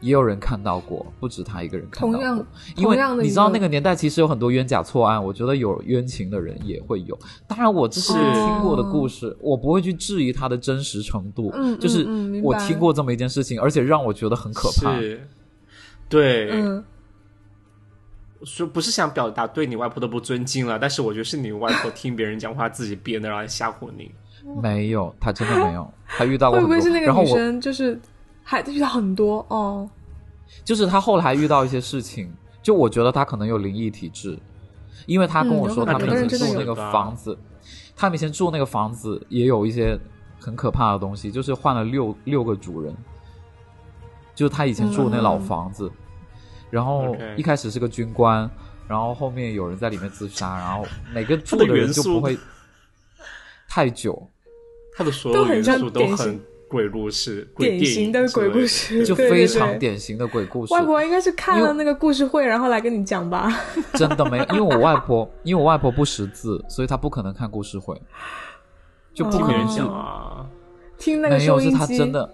[SPEAKER 3] 也有人看到过，不止她一个人看到过。
[SPEAKER 1] 同样
[SPEAKER 3] 因
[SPEAKER 1] 同
[SPEAKER 3] 为
[SPEAKER 1] 样的一个
[SPEAKER 3] 你知道那个年代其实有很多冤假错案，我觉得有冤情的人也会有。当然，我这是
[SPEAKER 2] 是
[SPEAKER 3] 听过的故事，我不会去质疑它的真实程度。
[SPEAKER 1] 哦嗯
[SPEAKER 3] 就是
[SPEAKER 1] 嗯嗯明白
[SPEAKER 3] 我听过这么一件事情，而且让我觉得很可怕。
[SPEAKER 2] 是，对，
[SPEAKER 1] 嗯，
[SPEAKER 2] 说不是想表达对你外婆的不尊敬了，但是我觉得是你外婆听别人讲话自己编的，然后来吓唬你。
[SPEAKER 3] 没有，他真的没有，他遇到过
[SPEAKER 1] 会
[SPEAKER 3] 很
[SPEAKER 1] 不
[SPEAKER 3] 多。
[SPEAKER 1] 会是那个
[SPEAKER 3] 然后
[SPEAKER 1] 女
[SPEAKER 3] 我
[SPEAKER 1] 生就是还遇到很多哦？
[SPEAKER 3] 就是他后来遇到一些事情，就我觉得他可能有灵异体质，因为他跟我说
[SPEAKER 1] 嗯
[SPEAKER 3] 他
[SPEAKER 1] 有可
[SPEAKER 3] 们
[SPEAKER 1] 能
[SPEAKER 3] 以
[SPEAKER 1] 有的人
[SPEAKER 3] 前
[SPEAKER 1] 真
[SPEAKER 3] 住
[SPEAKER 1] 的
[SPEAKER 3] 那个
[SPEAKER 2] 有吧
[SPEAKER 3] 房子，他们以前住那个房子也有一些很可怕的东西，就是换了六六个主人，就是他以前住的那老房子，然后
[SPEAKER 2] OK
[SPEAKER 3] 一开始是个军官，然后后面有人在里面自杀，然后每个住
[SPEAKER 2] 它的
[SPEAKER 3] 人
[SPEAKER 2] 元
[SPEAKER 3] 就
[SPEAKER 2] 素
[SPEAKER 3] 不会太久，
[SPEAKER 2] 他的所
[SPEAKER 1] 都
[SPEAKER 2] 有
[SPEAKER 1] 很
[SPEAKER 2] 元
[SPEAKER 1] 像
[SPEAKER 2] 素都
[SPEAKER 1] 典型
[SPEAKER 2] 很鬼故事，鬼
[SPEAKER 1] 典
[SPEAKER 2] 电
[SPEAKER 1] 型
[SPEAKER 2] 影
[SPEAKER 1] 的
[SPEAKER 2] 之
[SPEAKER 1] 鬼
[SPEAKER 2] 类
[SPEAKER 1] 故。事，
[SPEAKER 3] 就
[SPEAKER 1] 对
[SPEAKER 3] 非
[SPEAKER 1] 对
[SPEAKER 3] 常
[SPEAKER 1] 对。
[SPEAKER 3] 典型的鬼故事。
[SPEAKER 1] 外婆应该是看
[SPEAKER 3] 因
[SPEAKER 1] 了
[SPEAKER 3] 为
[SPEAKER 1] 那个故事会，然后来跟你讲吧。
[SPEAKER 3] 真的没有，因为我外婆，因为我外婆不识字，所以她不可能看故事会，就不
[SPEAKER 2] 听
[SPEAKER 3] 可
[SPEAKER 2] 别
[SPEAKER 3] 能
[SPEAKER 2] 人
[SPEAKER 1] 哦
[SPEAKER 3] 是、
[SPEAKER 2] 讲啊，
[SPEAKER 1] 听那个
[SPEAKER 3] 没有
[SPEAKER 1] 收
[SPEAKER 3] 是
[SPEAKER 1] 音
[SPEAKER 3] 她
[SPEAKER 1] 机，
[SPEAKER 3] 真的。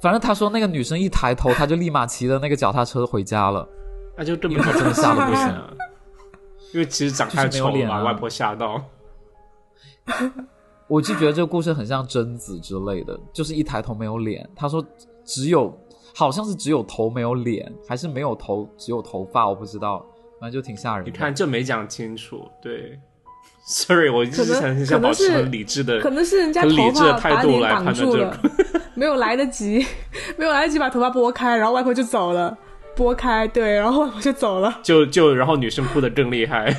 [SPEAKER 3] 反正她说那个女生一抬头，她就立马骑着那个脚踏车回家了。
[SPEAKER 2] 那就根
[SPEAKER 3] 因
[SPEAKER 2] 本
[SPEAKER 3] 为
[SPEAKER 2] 就
[SPEAKER 3] 它真的吓得不行
[SPEAKER 2] 啊。 因为其实长太
[SPEAKER 3] 就是没有
[SPEAKER 2] 丑了
[SPEAKER 3] 脸啊
[SPEAKER 2] 把外婆吓到。
[SPEAKER 3] 我就觉得这个故事很像贞子之类的，就是一抬头没有脸。她说只有好像是只有头没有脸，还是没有头只有头发，我不知道，反正就挺吓人的。
[SPEAKER 2] 你看，这没讲清楚。对，sorry，我一直
[SPEAKER 1] 可能
[SPEAKER 2] 想想
[SPEAKER 1] 可能
[SPEAKER 2] 保持
[SPEAKER 1] 是
[SPEAKER 2] 很理智的，
[SPEAKER 1] 可能是人家
[SPEAKER 2] 很
[SPEAKER 1] 头
[SPEAKER 2] 理智的
[SPEAKER 1] 发
[SPEAKER 2] 态
[SPEAKER 1] 把
[SPEAKER 2] 度
[SPEAKER 1] 脸
[SPEAKER 2] 来
[SPEAKER 1] 挡
[SPEAKER 2] 判断
[SPEAKER 1] 住
[SPEAKER 2] 这
[SPEAKER 1] 了
[SPEAKER 2] 个。，
[SPEAKER 1] 没有来得及， 没有来得及把头发拨开，然后外婆就走了，拨开对，然后外婆就走了。
[SPEAKER 2] 就就然后女生哭的更厉害。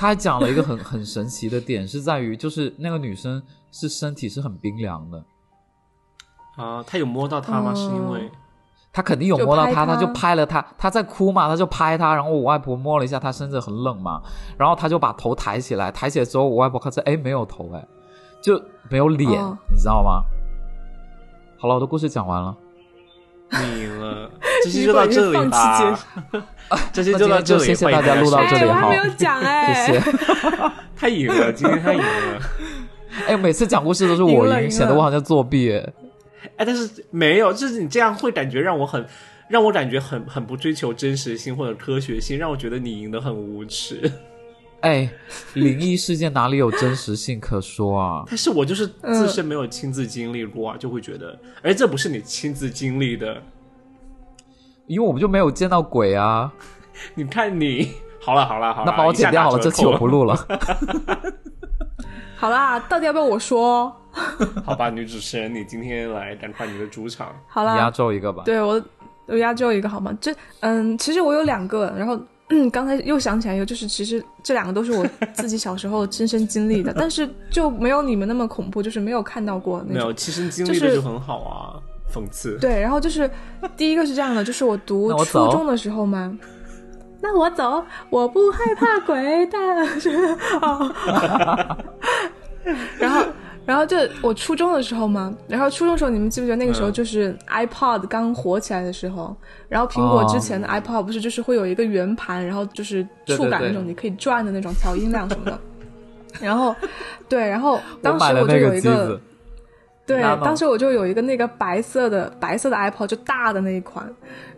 [SPEAKER 3] 他还讲了一个很 很神奇的点，是在于就是那个女生是身体是很冰凉的，
[SPEAKER 2] 啊，他有摸到他吗？
[SPEAKER 1] 哦
[SPEAKER 2] 是因为
[SPEAKER 3] 他肯定有摸到
[SPEAKER 1] 就拍
[SPEAKER 3] 他，他
[SPEAKER 1] 他
[SPEAKER 3] 就拍了他，他在哭嘛，他就拍他，然后我外婆摸了一下，他身子很冷嘛，然后他就把头抬起来，抬起来之后，我外婆看着，哎，没有头，哎，就没有脸，
[SPEAKER 1] 哦
[SPEAKER 3] 你知道吗？好了，我的故事讲完了，
[SPEAKER 2] 你 赢了，这期就到这里
[SPEAKER 1] 你
[SPEAKER 2] 吧。 这期到这
[SPEAKER 3] 啊那今天就
[SPEAKER 2] 里，
[SPEAKER 3] 谢谢
[SPEAKER 2] 欢迎
[SPEAKER 3] 大家录到
[SPEAKER 2] 收
[SPEAKER 3] 这
[SPEAKER 2] 听
[SPEAKER 1] 哎，
[SPEAKER 3] 里
[SPEAKER 1] 我还
[SPEAKER 3] 好
[SPEAKER 1] 没有讲哎，
[SPEAKER 3] 谢 谢。
[SPEAKER 2] 他赢了，今天他赢了。
[SPEAKER 3] 哎，每次讲故事都是
[SPEAKER 1] 赢
[SPEAKER 3] 我
[SPEAKER 1] 了赢
[SPEAKER 3] 赢，
[SPEAKER 1] 了
[SPEAKER 3] 显得我好像作弊。哎
[SPEAKER 2] 哎，但是没有，就是你这样会感觉让我很，让我感觉很很不追求真实性或者科学性，让我觉得你赢得很无耻。
[SPEAKER 3] 哎，灵异事件哪里有真实性可说啊？
[SPEAKER 2] 但是我就是自身没有亲自经历过啊，就会觉得，哎，这不是你亲自经历的。
[SPEAKER 3] 因为我们就没有见到鬼啊。
[SPEAKER 2] 你看你，好了好了好了，
[SPEAKER 3] 那把我剪掉好了，这期我不
[SPEAKER 2] 录。
[SPEAKER 3] 录了。
[SPEAKER 1] 好啦，到底要不要我说？
[SPEAKER 2] 好吧，女主持人，你今天来赶快你的主场。
[SPEAKER 1] 好
[SPEAKER 3] 你
[SPEAKER 1] 啦，
[SPEAKER 3] 压轴一个吧。
[SPEAKER 1] 对我，我压只有一个好吗？这嗯，其实我有两个，然后嗯，刚才又想起来一个，就是其实这两个都是我自己小时候亲身经 历的，但是就没有你们那么恐怖，就是没有看到过
[SPEAKER 2] 没
[SPEAKER 1] 那种。
[SPEAKER 2] 有亲身经
[SPEAKER 1] 就
[SPEAKER 2] 历的
[SPEAKER 1] 是
[SPEAKER 2] 就很好啊，讽刺。
[SPEAKER 1] 对，然后就是第一个是这样的，就是我读
[SPEAKER 3] 那我走
[SPEAKER 1] 初中的时候嘛。那我走，我不害怕鬼，但是 哦，然后，然后就我初中的时候嘛，然后初中的时候，你们记不记得那个时候
[SPEAKER 2] 嗯
[SPEAKER 1] 就是 iPod 刚火起来的时候，然后苹果
[SPEAKER 3] 哦
[SPEAKER 1] 之前的 iPod 不是就是会有一个圆盘，然后就是
[SPEAKER 3] 对
[SPEAKER 1] 触感
[SPEAKER 3] 对
[SPEAKER 1] 那种，
[SPEAKER 3] 对
[SPEAKER 1] 你可以转的那种，调音量什么的。然后，对，然后
[SPEAKER 3] 我
[SPEAKER 1] 当
[SPEAKER 3] 买
[SPEAKER 1] 时
[SPEAKER 3] 了
[SPEAKER 1] 我就
[SPEAKER 3] 那
[SPEAKER 1] 有一
[SPEAKER 3] 机子，
[SPEAKER 1] 对
[SPEAKER 3] Nano，
[SPEAKER 1] 当时我就有一个那个白色的白色的 iPod，就大的那一款，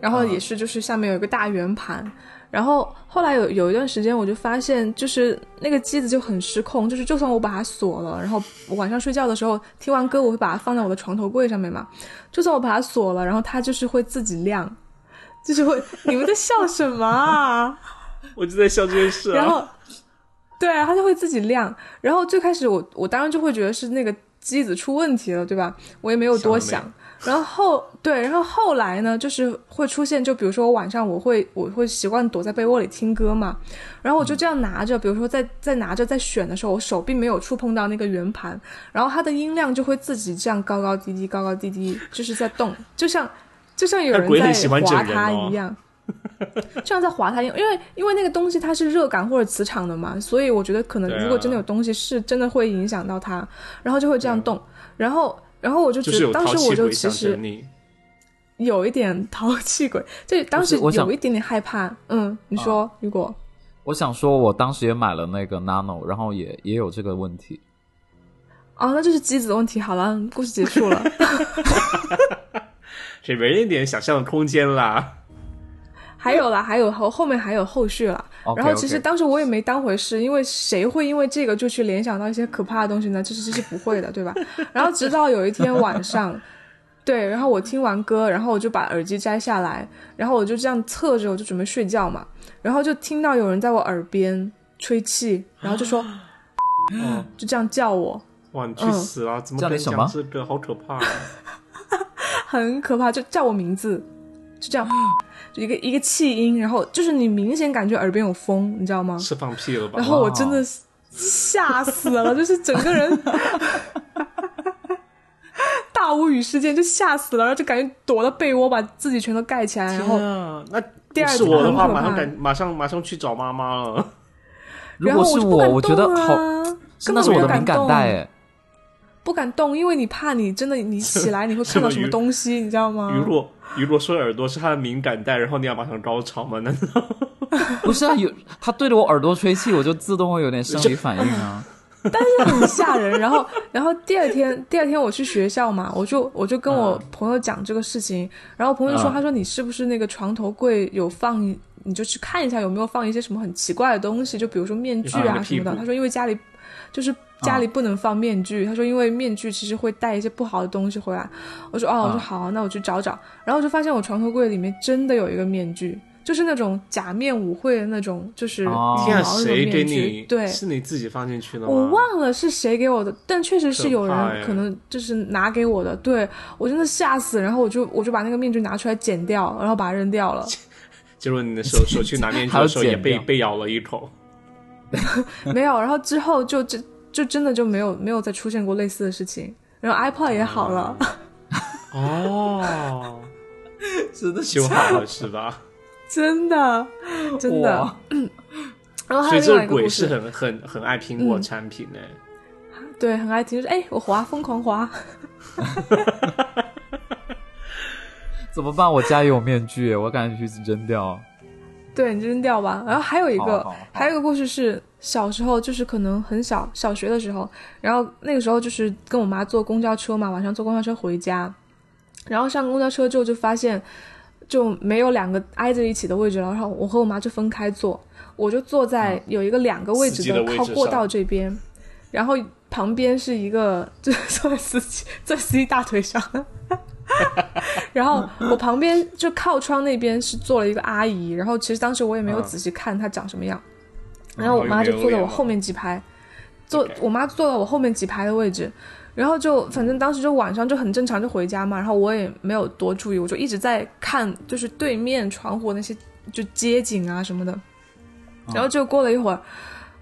[SPEAKER 1] 然后也是就是下面有一个大圆盘，然后后来有有一段时间，我就发现，就是那个机子就很失控，就是就算我把它锁了，然后我晚上睡觉的时候听完歌，我会把它放在我的床头柜上面嘛。就算我把它锁了，然后它就是会自己亮，就是会。你们在笑什么啊？
[SPEAKER 2] 我就在笑这件事、啊。
[SPEAKER 1] 然后，对啊，它就会自己亮。然后最开始我我当然就会觉得是那个机子出问题了，对吧？我也没有多想。
[SPEAKER 2] 想
[SPEAKER 1] 然后对，然后后来呢，就是会出现，就比如说我晚上我会我会习惯躲在被窝里听歌嘛，然后我就这样拿着，比如说在在拿着在选的时候，我手并没有触碰到那个圆盘，然后它的音量就会自己这样高高低低高高低低，就是在动，就像就像有
[SPEAKER 2] 那鬼很
[SPEAKER 1] 人
[SPEAKER 2] 喜
[SPEAKER 1] 在
[SPEAKER 2] 欢整
[SPEAKER 1] 划
[SPEAKER 2] 人
[SPEAKER 1] 它
[SPEAKER 2] 哦
[SPEAKER 1] 一样。就像在划它一样，因为因为那个东西它是热感或者磁场的嘛，所以我觉得可能
[SPEAKER 2] 对啊
[SPEAKER 1] 如果真的有东西是真的会影响到它，然后就会这样动，然后然后我就
[SPEAKER 2] 嗯就
[SPEAKER 1] 觉
[SPEAKER 2] 是
[SPEAKER 1] 得
[SPEAKER 2] 有
[SPEAKER 1] 当
[SPEAKER 2] 淘
[SPEAKER 1] 时我
[SPEAKER 2] 气
[SPEAKER 1] 就
[SPEAKER 2] 鬼
[SPEAKER 1] 其
[SPEAKER 2] 想
[SPEAKER 1] 实
[SPEAKER 2] 整你。
[SPEAKER 1] 有一点淘气鬼，就当时
[SPEAKER 3] 不是我想
[SPEAKER 1] 有一点点害怕。嗯，你说，
[SPEAKER 2] 啊
[SPEAKER 1] 如果
[SPEAKER 3] 我想说，我当时也买了那个 Nano，然后也也有这个问题。
[SPEAKER 1] 哦，那就是机子的问题。好了，故事结束了。
[SPEAKER 2] 给别人一点想象的空间啦。
[SPEAKER 1] 还有啦，还有后后面还有后续啦。
[SPEAKER 3] OK，
[SPEAKER 1] 然后其实
[SPEAKER 3] OK
[SPEAKER 1] 当时我也没当回事，因为谁会因为这个就去联想到一些可怕的东西呢？这是这是不会的，对 吧？然后直到有一天晚上， 对，然后我听完歌，然后我就把耳机摘下来，然后我就这样侧着，我就准备睡觉嘛，然后就听到有人在我耳边吹气，然后就 说
[SPEAKER 2] 哦，
[SPEAKER 1] 就这样叫我，
[SPEAKER 2] 哇，你去
[SPEAKER 1] 嗯
[SPEAKER 2] 死啦！怎么
[SPEAKER 3] 叫
[SPEAKER 2] 跟
[SPEAKER 3] 你
[SPEAKER 2] 你
[SPEAKER 3] 什
[SPEAKER 2] 讲
[SPEAKER 3] 么
[SPEAKER 2] 这个？好可怕、啊！
[SPEAKER 1] 很可怕，就叫我名字，就 这样，就一个一个气音，然后就是你明显感觉耳边有风，你知道吗？
[SPEAKER 2] 是放屁了吧
[SPEAKER 1] 然？后我真的是吓死了，就是整个人 大无语事件，就吓死了，然后就感觉躲到被窝，把自己全都盖起来，然后
[SPEAKER 2] 天啊，那
[SPEAKER 1] 第二
[SPEAKER 2] 是
[SPEAKER 1] 天
[SPEAKER 2] 我的
[SPEAKER 1] 很
[SPEAKER 2] 话，
[SPEAKER 1] 可
[SPEAKER 2] 马上
[SPEAKER 1] 怕
[SPEAKER 2] 赶，马上马上去找妈妈了。
[SPEAKER 3] 如
[SPEAKER 1] 然
[SPEAKER 3] 果
[SPEAKER 1] 后
[SPEAKER 3] 是
[SPEAKER 1] 就不敢
[SPEAKER 3] 我，我觉得
[SPEAKER 1] 动
[SPEAKER 3] 好，
[SPEAKER 1] 啊根
[SPEAKER 3] 那
[SPEAKER 1] 本
[SPEAKER 3] 是
[SPEAKER 1] 没
[SPEAKER 3] 我
[SPEAKER 1] 有
[SPEAKER 3] 的
[SPEAKER 1] 敢
[SPEAKER 3] 敏感
[SPEAKER 1] 动
[SPEAKER 3] 带 哎。
[SPEAKER 1] 不敢动，因为你怕你真的你起来你会
[SPEAKER 2] 什
[SPEAKER 1] 看
[SPEAKER 2] 么
[SPEAKER 1] 到什么
[SPEAKER 2] 鱼
[SPEAKER 1] 东西，你知道吗？
[SPEAKER 2] 于若于若说耳朵是他的敏感带，然后你要马上高潮吗？
[SPEAKER 1] 哦
[SPEAKER 2] 难道
[SPEAKER 3] 不是啊，有他对着我耳朵吹气，我就自动会有点生理反应 啊。
[SPEAKER 1] 很吓人。然后， 然后第二天，第二天我去学校嘛，我就我就跟我
[SPEAKER 2] 嗯
[SPEAKER 1] 朋友讲这个事情，然后朋友说，
[SPEAKER 3] 嗯
[SPEAKER 1] 他说你是不是那个床头柜有放，你就去看一下有没有放一些什么很奇怪的东西，就比如说面具
[SPEAKER 2] 有放你
[SPEAKER 1] 啊
[SPEAKER 2] 的
[SPEAKER 1] 什么
[SPEAKER 2] 屁
[SPEAKER 1] 的。
[SPEAKER 2] 股
[SPEAKER 1] 他说因为家里就是。家里不能放面具，他说，因为面具其实会带一些不好的东西回来。我说，哦，我说
[SPEAKER 3] 嗯
[SPEAKER 1] 好，那我去找找。然后我就发现我床头柜里面真的有一个面具，就是那种假面舞会的那种，就是羽
[SPEAKER 3] 哦
[SPEAKER 1] 毛
[SPEAKER 2] 天啊，
[SPEAKER 1] 那种
[SPEAKER 2] 谁给
[SPEAKER 1] 面
[SPEAKER 2] 你
[SPEAKER 1] 具。？对，
[SPEAKER 2] 是你自己放进去的吗？
[SPEAKER 1] 我忘了是谁给我的，但确实是有
[SPEAKER 2] 可怕耶
[SPEAKER 1] 人可能就是拿给我的，对我真的吓死，然后我就我就把那个面具拿出来剪掉，然后把它扔掉 了。
[SPEAKER 2] 结果你的手手去拿面具的时候
[SPEAKER 3] 还有
[SPEAKER 2] 也
[SPEAKER 3] 剪
[SPEAKER 2] 被
[SPEAKER 3] 掉
[SPEAKER 2] 被咬了一口。
[SPEAKER 1] 没有，然后之后就就就真的就没有没有再出现过类似的事情。然后 iPod 也好了，
[SPEAKER 2] 啊哦，
[SPEAKER 3] 真的
[SPEAKER 2] 修好了是吧？
[SPEAKER 1] 真的真的。然哦后还有另
[SPEAKER 2] 所以这
[SPEAKER 1] 外
[SPEAKER 2] 个
[SPEAKER 1] 一个
[SPEAKER 2] 鬼
[SPEAKER 1] 故
[SPEAKER 2] 是
[SPEAKER 1] 事，嗯
[SPEAKER 2] 很很很爱苹果产品呢。
[SPEAKER 1] 对，很爱听，就是哎，我滑疯狂滑，
[SPEAKER 3] 怎么办？我家也有面具，我赶紧去扔掉。
[SPEAKER 1] 对你就扔掉吧。然后还有一个
[SPEAKER 3] 好好好，
[SPEAKER 1] 还有一个故事是小时候，就是可能很小，小学的时候，然后那个时候就是跟我妈坐公交车嘛，晚上坐公交车回家，然后上公交车之后就发现就没有两个挨着一起的位置了，然后我和我妈就分开坐，我就坐在有一个两个位
[SPEAKER 2] 嗯司
[SPEAKER 1] 置
[SPEAKER 2] 机的位置
[SPEAKER 1] 靠过
[SPEAKER 2] 上
[SPEAKER 1] 道这边，然后旁边是一个就是 坐在司机坐在司机大腿上。然后我旁边就靠窗那边是坐了一个阿姨，然后其实当时我也没有
[SPEAKER 2] 嗯
[SPEAKER 1] 仔细看她长什么样，
[SPEAKER 2] 嗯
[SPEAKER 1] 然后我妈就坐在
[SPEAKER 2] 好
[SPEAKER 1] 我
[SPEAKER 2] 有面子
[SPEAKER 1] 后面几排，坐
[SPEAKER 2] OK
[SPEAKER 1] 我妈坐在我后面几排的位置，然后就反正当时就晚上就很正常就回家嘛，然后我也没有多注意，我就一直在看就是对面窗户那些就街景啊什么的，
[SPEAKER 2] 嗯
[SPEAKER 1] 然后就过了一会儿，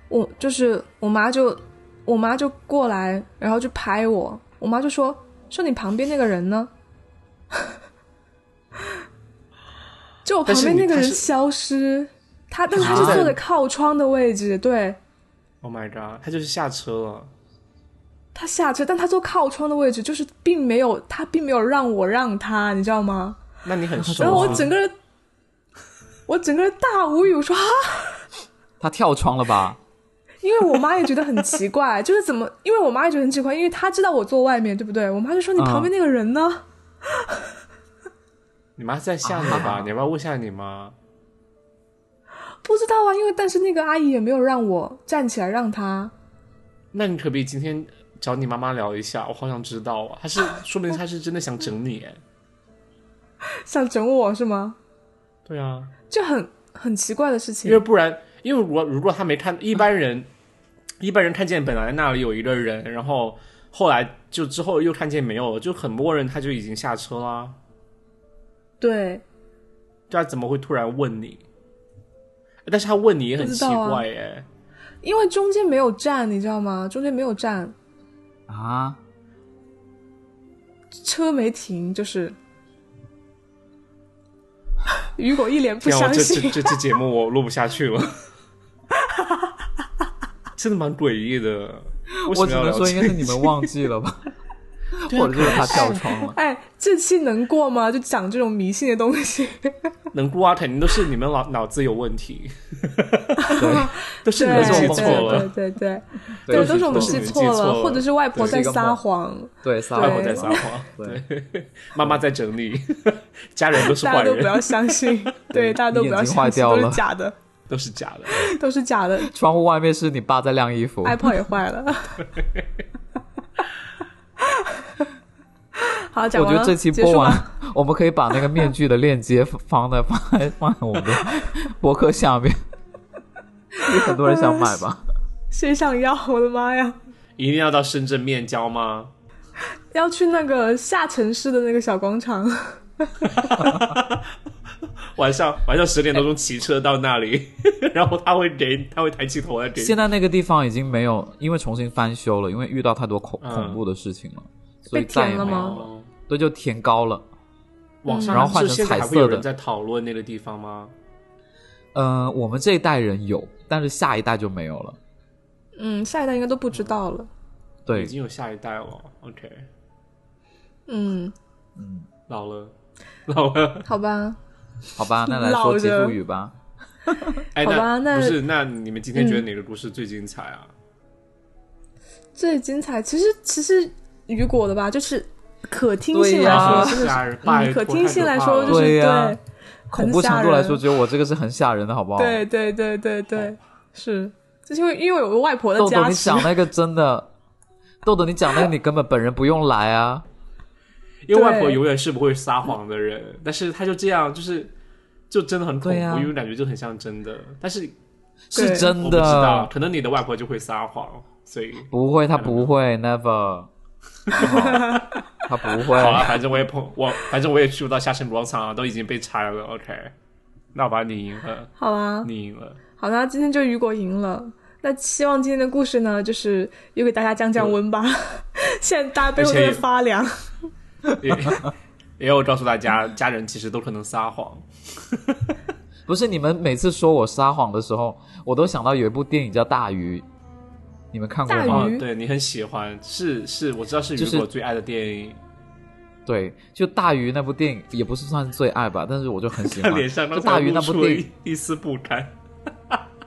[SPEAKER 1] 我就是我妈就我妈就过来，然后就拍我，我妈就说说你旁边那个人呢？ 就我旁边那个
[SPEAKER 2] 但是你他
[SPEAKER 1] 人
[SPEAKER 2] 是
[SPEAKER 1] 消失，他但是他是
[SPEAKER 2] 啊
[SPEAKER 1] 坐在靠窗的位置，对
[SPEAKER 2] Oh my god，他就是下车了。
[SPEAKER 1] 他下车，但他坐靠窗的位置，就是并没有他并没有让我让他，你知道吗？
[SPEAKER 2] 那你很瘦、啊。
[SPEAKER 1] 然后我整个人，我整个人大无语，我说啊，
[SPEAKER 3] 他跳窗了吧？
[SPEAKER 1] 因为我妈也觉得很奇怪， 就是怎么，因为我妈也觉得很奇怪，因为她知道我坐外面，对不对？我妈就说你
[SPEAKER 3] 嗯
[SPEAKER 1] 旁边那个人呢？啊
[SPEAKER 2] 你妈在吓你吧？你要不要问一下你妈？
[SPEAKER 1] 不知道啊，因为但是那个阿姨也没有让我站起来让她。
[SPEAKER 2] 那你可不可以今天找你妈妈聊一下？我好想知道啊，她是说明她是真的想整你哎。
[SPEAKER 1] 想整我是吗？
[SPEAKER 2] 对啊，
[SPEAKER 1] 就很很奇怪的事情。
[SPEAKER 2] 因为不然，因为如果如果他没看，一般人一般人看见本来那里有一个人，然后后来就之后又看见没有了，就很默认他就已经下车啦。
[SPEAKER 1] 对，
[SPEAKER 2] 他怎么会突然问你？但是他问你也很奇
[SPEAKER 1] 啊
[SPEAKER 2] 怪耶、
[SPEAKER 1] 因为中间没有站，你知道吗？中间没有站，
[SPEAKER 3] 啊，
[SPEAKER 1] 车没停，就是。 雨果一脸不
[SPEAKER 2] 天啊，我
[SPEAKER 1] 相
[SPEAKER 2] 这这
[SPEAKER 1] 信，
[SPEAKER 2] 这期节目我录不下去 了，真的蛮诡异的。为什
[SPEAKER 3] 我
[SPEAKER 2] 么
[SPEAKER 3] 只
[SPEAKER 2] 要
[SPEAKER 3] 能
[SPEAKER 2] 聊
[SPEAKER 3] 说应该
[SPEAKER 2] 这
[SPEAKER 3] 是你们忘记了吧，
[SPEAKER 2] 对啊
[SPEAKER 3] 或者就是他跳窗了。
[SPEAKER 1] 哎，这期能过吗？就讲这种迷信的东西，
[SPEAKER 2] 能过啊？肯定都是你们脑脑子有问题，
[SPEAKER 3] 对，
[SPEAKER 2] 都是你
[SPEAKER 1] 对
[SPEAKER 2] 们
[SPEAKER 3] 这种
[SPEAKER 2] 记
[SPEAKER 1] 对
[SPEAKER 2] 错
[SPEAKER 1] 对
[SPEAKER 2] 了，
[SPEAKER 1] 对对
[SPEAKER 3] 对
[SPEAKER 1] 对，都是我们
[SPEAKER 2] 都是
[SPEAKER 1] 记
[SPEAKER 2] 你
[SPEAKER 1] 错
[SPEAKER 2] 记错
[SPEAKER 1] 了，
[SPEAKER 2] 了
[SPEAKER 1] 或者是外婆
[SPEAKER 3] 对
[SPEAKER 1] 在
[SPEAKER 3] 是一个
[SPEAKER 1] 撒
[SPEAKER 3] 梦
[SPEAKER 1] 谎，
[SPEAKER 3] 对，撒
[SPEAKER 1] 对
[SPEAKER 2] 外
[SPEAKER 3] 谎
[SPEAKER 2] 婆在
[SPEAKER 1] 对
[SPEAKER 2] 撒谎，
[SPEAKER 3] 对，
[SPEAKER 2] 妈妈在整理， 家人都是
[SPEAKER 1] 大家
[SPEAKER 2] 坏
[SPEAKER 1] 都不
[SPEAKER 2] 人，
[SPEAKER 1] 要相 信，对，大家都不要
[SPEAKER 3] 眼睛坏
[SPEAKER 1] 相信，
[SPEAKER 3] 掉
[SPEAKER 1] 都
[SPEAKER 3] 了
[SPEAKER 1] 是假的，
[SPEAKER 2] 都是假的。
[SPEAKER 1] 都是假 的。
[SPEAKER 3] 窗户外面是你爸在晾衣服，
[SPEAKER 1] iPod 也坏 了。好，讲
[SPEAKER 3] 我
[SPEAKER 1] 完
[SPEAKER 3] 觉
[SPEAKER 1] 了，
[SPEAKER 3] 得这期
[SPEAKER 1] 结
[SPEAKER 3] 播
[SPEAKER 1] 束
[SPEAKER 3] 完
[SPEAKER 1] 吧。，
[SPEAKER 3] 我们可以把那个面具的链接放在放在放在我们的博客下面，有很多人想买吧。
[SPEAKER 1] 谁想要？我的妈呀！
[SPEAKER 2] 一定要到深圳面交吗？
[SPEAKER 1] 要去那个下沉市的那个小广场，
[SPEAKER 2] 晚上晚上十点多钟骑车到那里， 然后他会给他会抬起头
[SPEAKER 1] 嗯
[SPEAKER 2] 来给
[SPEAKER 3] 现在那个地方已经没有，因为重新翻修了，因为遇到太多恐
[SPEAKER 2] 嗯
[SPEAKER 3] 恐怖的事情了，所以
[SPEAKER 1] 被填
[SPEAKER 3] 再也
[SPEAKER 1] 了
[SPEAKER 3] 没
[SPEAKER 1] 吗
[SPEAKER 3] 有。
[SPEAKER 2] 哦
[SPEAKER 3] 对，就填高了。
[SPEAKER 2] 网
[SPEAKER 3] 嗯然
[SPEAKER 2] 上
[SPEAKER 3] 后换
[SPEAKER 2] 是
[SPEAKER 3] 成
[SPEAKER 2] 现在
[SPEAKER 3] 彩
[SPEAKER 2] 还会有
[SPEAKER 3] 色的
[SPEAKER 2] 人在讨论那个地方吗？
[SPEAKER 3] 呃，我们这一代人有，但是下一代就没有了。
[SPEAKER 1] 嗯，下一代应该都不知道了。
[SPEAKER 3] 对
[SPEAKER 2] 已，经有下一代了。OK，
[SPEAKER 1] 嗯，
[SPEAKER 2] 老了， 老了。
[SPEAKER 1] 好吧，
[SPEAKER 3] 好吧，那来
[SPEAKER 1] 老着
[SPEAKER 3] 说吉夫语吧。
[SPEAKER 2] 哎，
[SPEAKER 1] 好吧
[SPEAKER 2] 那
[SPEAKER 1] 那嗯
[SPEAKER 2] 不是？那你们今天觉得哪个故事最精彩啊？
[SPEAKER 1] 最精彩其实其实雨果的吧，就是可听
[SPEAKER 3] 对
[SPEAKER 1] 性来
[SPEAKER 3] 呀
[SPEAKER 1] 说
[SPEAKER 3] 啊
[SPEAKER 1] 真的是，
[SPEAKER 2] 吓人，拜
[SPEAKER 1] 嗯，
[SPEAKER 2] 托
[SPEAKER 1] 可听性来说就
[SPEAKER 2] 太可怕了
[SPEAKER 1] 是
[SPEAKER 3] 对呀恐
[SPEAKER 1] 很
[SPEAKER 3] 怖程
[SPEAKER 1] 吓
[SPEAKER 3] 度来
[SPEAKER 1] 人
[SPEAKER 3] 说，只有我这个是很吓人的，好不好？
[SPEAKER 1] 对对对对对，是，就是因为因为有个外婆的
[SPEAKER 3] 豆豆，
[SPEAKER 1] 加
[SPEAKER 3] 你
[SPEAKER 1] 持
[SPEAKER 3] 讲，那个真的，豆豆，你讲那个你根本本人不用来啊。
[SPEAKER 2] 因为外婆
[SPEAKER 1] 对
[SPEAKER 2] 永远是不会撒谎的人， 但是她就这样，就是就真的很恐
[SPEAKER 3] 对呀
[SPEAKER 1] 啊
[SPEAKER 2] 怖，因为感觉就很像真的。但是
[SPEAKER 1] 对
[SPEAKER 3] 是
[SPEAKER 2] 我
[SPEAKER 3] 真
[SPEAKER 2] 不知道，
[SPEAKER 3] 的，
[SPEAKER 2] 可能你的外婆就会撒谎，所以
[SPEAKER 3] 不会，他不会，never，他不会。
[SPEAKER 2] 好了，啊反正我也碰我，反正我也去不到下沉广场啊，都已经被拆了。OK，那我把你赢了，
[SPEAKER 1] 好啊，
[SPEAKER 2] 你赢了。
[SPEAKER 1] 好，那今天就雨果赢了。那希望今天的故事呢，就是又给大家降降温吧。 现在大家背后都在发凉，
[SPEAKER 2] 也 也有告诉大家，家人其实都可能撒谎。
[SPEAKER 3] 不是你们每次说我撒谎的时候，我都想到有一部电影叫《大鱼》，你们看过
[SPEAKER 1] 大
[SPEAKER 3] 吗
[SPEAKER 1] 鱼？
[SPEAKER 2] 哦对你很喜欢，是是，我知道是
[SPEAKER 3] 嗯就
[SPEAKER 2] 雨
[SPEAKER 3] 是
[SPEAKER 2] 果最爱的电影。
[SPEAKER 3] 对，就《大鱼》那部电影也不是算是最爱吧，但是我就很喜
[SPEAKER 2] 他
[SPEAKER 3] 欢。
[SPEAKER 2] 脸上
[SPEAKER 3] 就
[SPEAKER 2] 刚
[SPEAKER 3] 《
[SPEAKER 2] 才
[SPEAKER 3] 大鱼》
[SPEAKER 2] 露
[SPEAKER 3] 那部
[SPEAKER 2] 出了
[SPEAKER 3] 电影
[SPEAKER 2] 一，一丝不甘。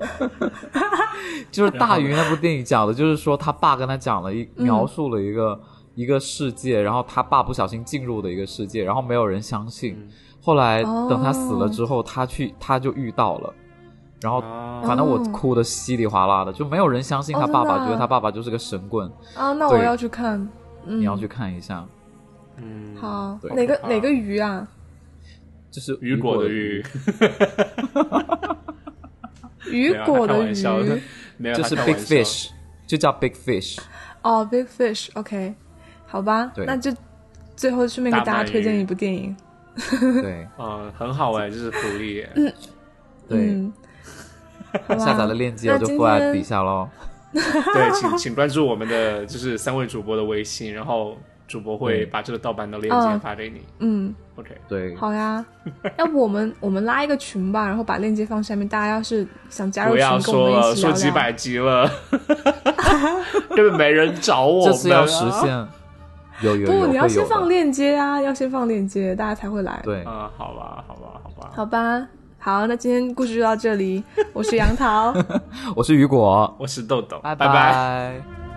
[SPEAKER 3] 就是《
[SPEAKER 2] 然后
[SPEAKER 3] 大鱼》那部电影讲的，就是说他爸跟他讲了一描述了一个、一个世界，然后他爸不小心进入的一个世界，然后没有人相信。后来
[SPEAKER 1] 哦
[SPEAKER 3] 等他死了之后，他去他就遇到了，然后
[SPEAKER 2] 啊
[SPEAKER 3] 反正我
[SPEAKER 1] 哦
[SPEAKER 3] 哭的稀里哗啦的，就没有人相信他
[SPEAKER 1] 哦真
[SPEAKER 3] 爸爸，
[SPEAKER 1] 的啊
[SPEAKER 3] 觉得他爸爸就是个神棍。
[SPEAKER 1] 啊，那我
[SPEAKER 3] 对
[SPEAKER 1] 要去看。嗯，
[SPEAKER 3] 你要去看一下，
[SPEAKER 2] 嗯，
[SPEAKER 1] 好
[SPEAKER 3] 对
[SPEAKER 1] 哪个
[SPEAKER 2] 好
[SPEAKER 1] 哪个鱼啊？
[SPEAKER 3] 就是
[SPEAKER 2] 雨果的雨，
[SPEAKER 1] 雨
[SPEAKER 2] 没有
[SPEAKER 1] 果
[SPEAKER 2] 啊他开
[SPEAKER 1] 的
[SPEAKER 2] 玩笑的
[SPEAKER 1] 鱼，
[SPEAKER 2] 没有
[SPEAKER 3] 就
[SPEAKER 2] 他
[SPEAKER 3] 是
[SPEAKER 2] 开
[SPEAKER 3] Big
[SPEAKER 2] 玩笑
[SPEAKER 3] Fish，就叫 Big Fish。
[SPEAKER 1] 哦，Big Fish，OK，、好吧，
[SPEAKER 3] 对
[SPEAKER 1] 那就最后顺便给大家
[SPEAKER 2] 大鳗鱼
[SPEAKER 1] 推荐一部电影。
[SPEAKER 3] 对
[SPEAKER 2] 嗯，很好哎，就是福利。
[SPEAKER 3] 对，
[SPEAKER 1] 嗯，好吧
[SPEAKER 3] 下载了链接我
[SPEAKER 1] 那
[SPEAKER 3] 就
[SPEAKER 1] 今
[SPEAKER 3] 放在
[SPEAKER 1] 天
[SPEAKER 3] 底下喽。
[SPEAKER 2] 对， 请请关注我们的就是三位主播的微信，然后主播会
[SPEAKER 3] 对
[SPEAKER 2] 把这个盗版的链接
[SPEAKER 1] 嗯
[SPEAKER 2] 发给你。
[SPEAKER 1] 嗯，
[SPEAKER 2] OK，
[SPEAKER 3] 对，
[SPEAKER 1] 好呀，要不我们我们拉一个群吧，然后把链接放下面，大家要是想加入
[SPEAKER 2] 不
[SPEAKER 1] 群，
[SPEAKER 2] 要
[SPEAKER 1] 跟我
[SPEAKER 2] 说
[SPEAKER 1] 们
[SPEAKER 2] 了，
[SPEAKER 1] 一起聊
[SPEAKER 2] 说
[SPEAKER 1] 聊。
[SPEAKER 2] 几百 集了，根本没人找我
[SPEAKER 3] 这
[SPEAKER 2] 们。啊
[SPEAKER 3] 次要实现。有有有，
[SPEAKER 1] 不，你要
[SPEAKER 3] 会有
[SPEAKER 1] 先
[SPEAKER 3] 的
[SPEAKER 1] 放链接啊，要先放链接，大家才会来。，
[SPEAKER 3] 对，
[SPEAKER 2] 啊，好吧，好吧，好吧。
[SPEAKER 1] 好吧，好，那今天故事就 到这里，我是杨桃。
[SPEAKER 3] 我是雨果，
[SPEAKER 2] 我是豆豆，
[SPEAKER 3] 拜
[SPEAKER 2] 拜
[SPEAKER 3] 拜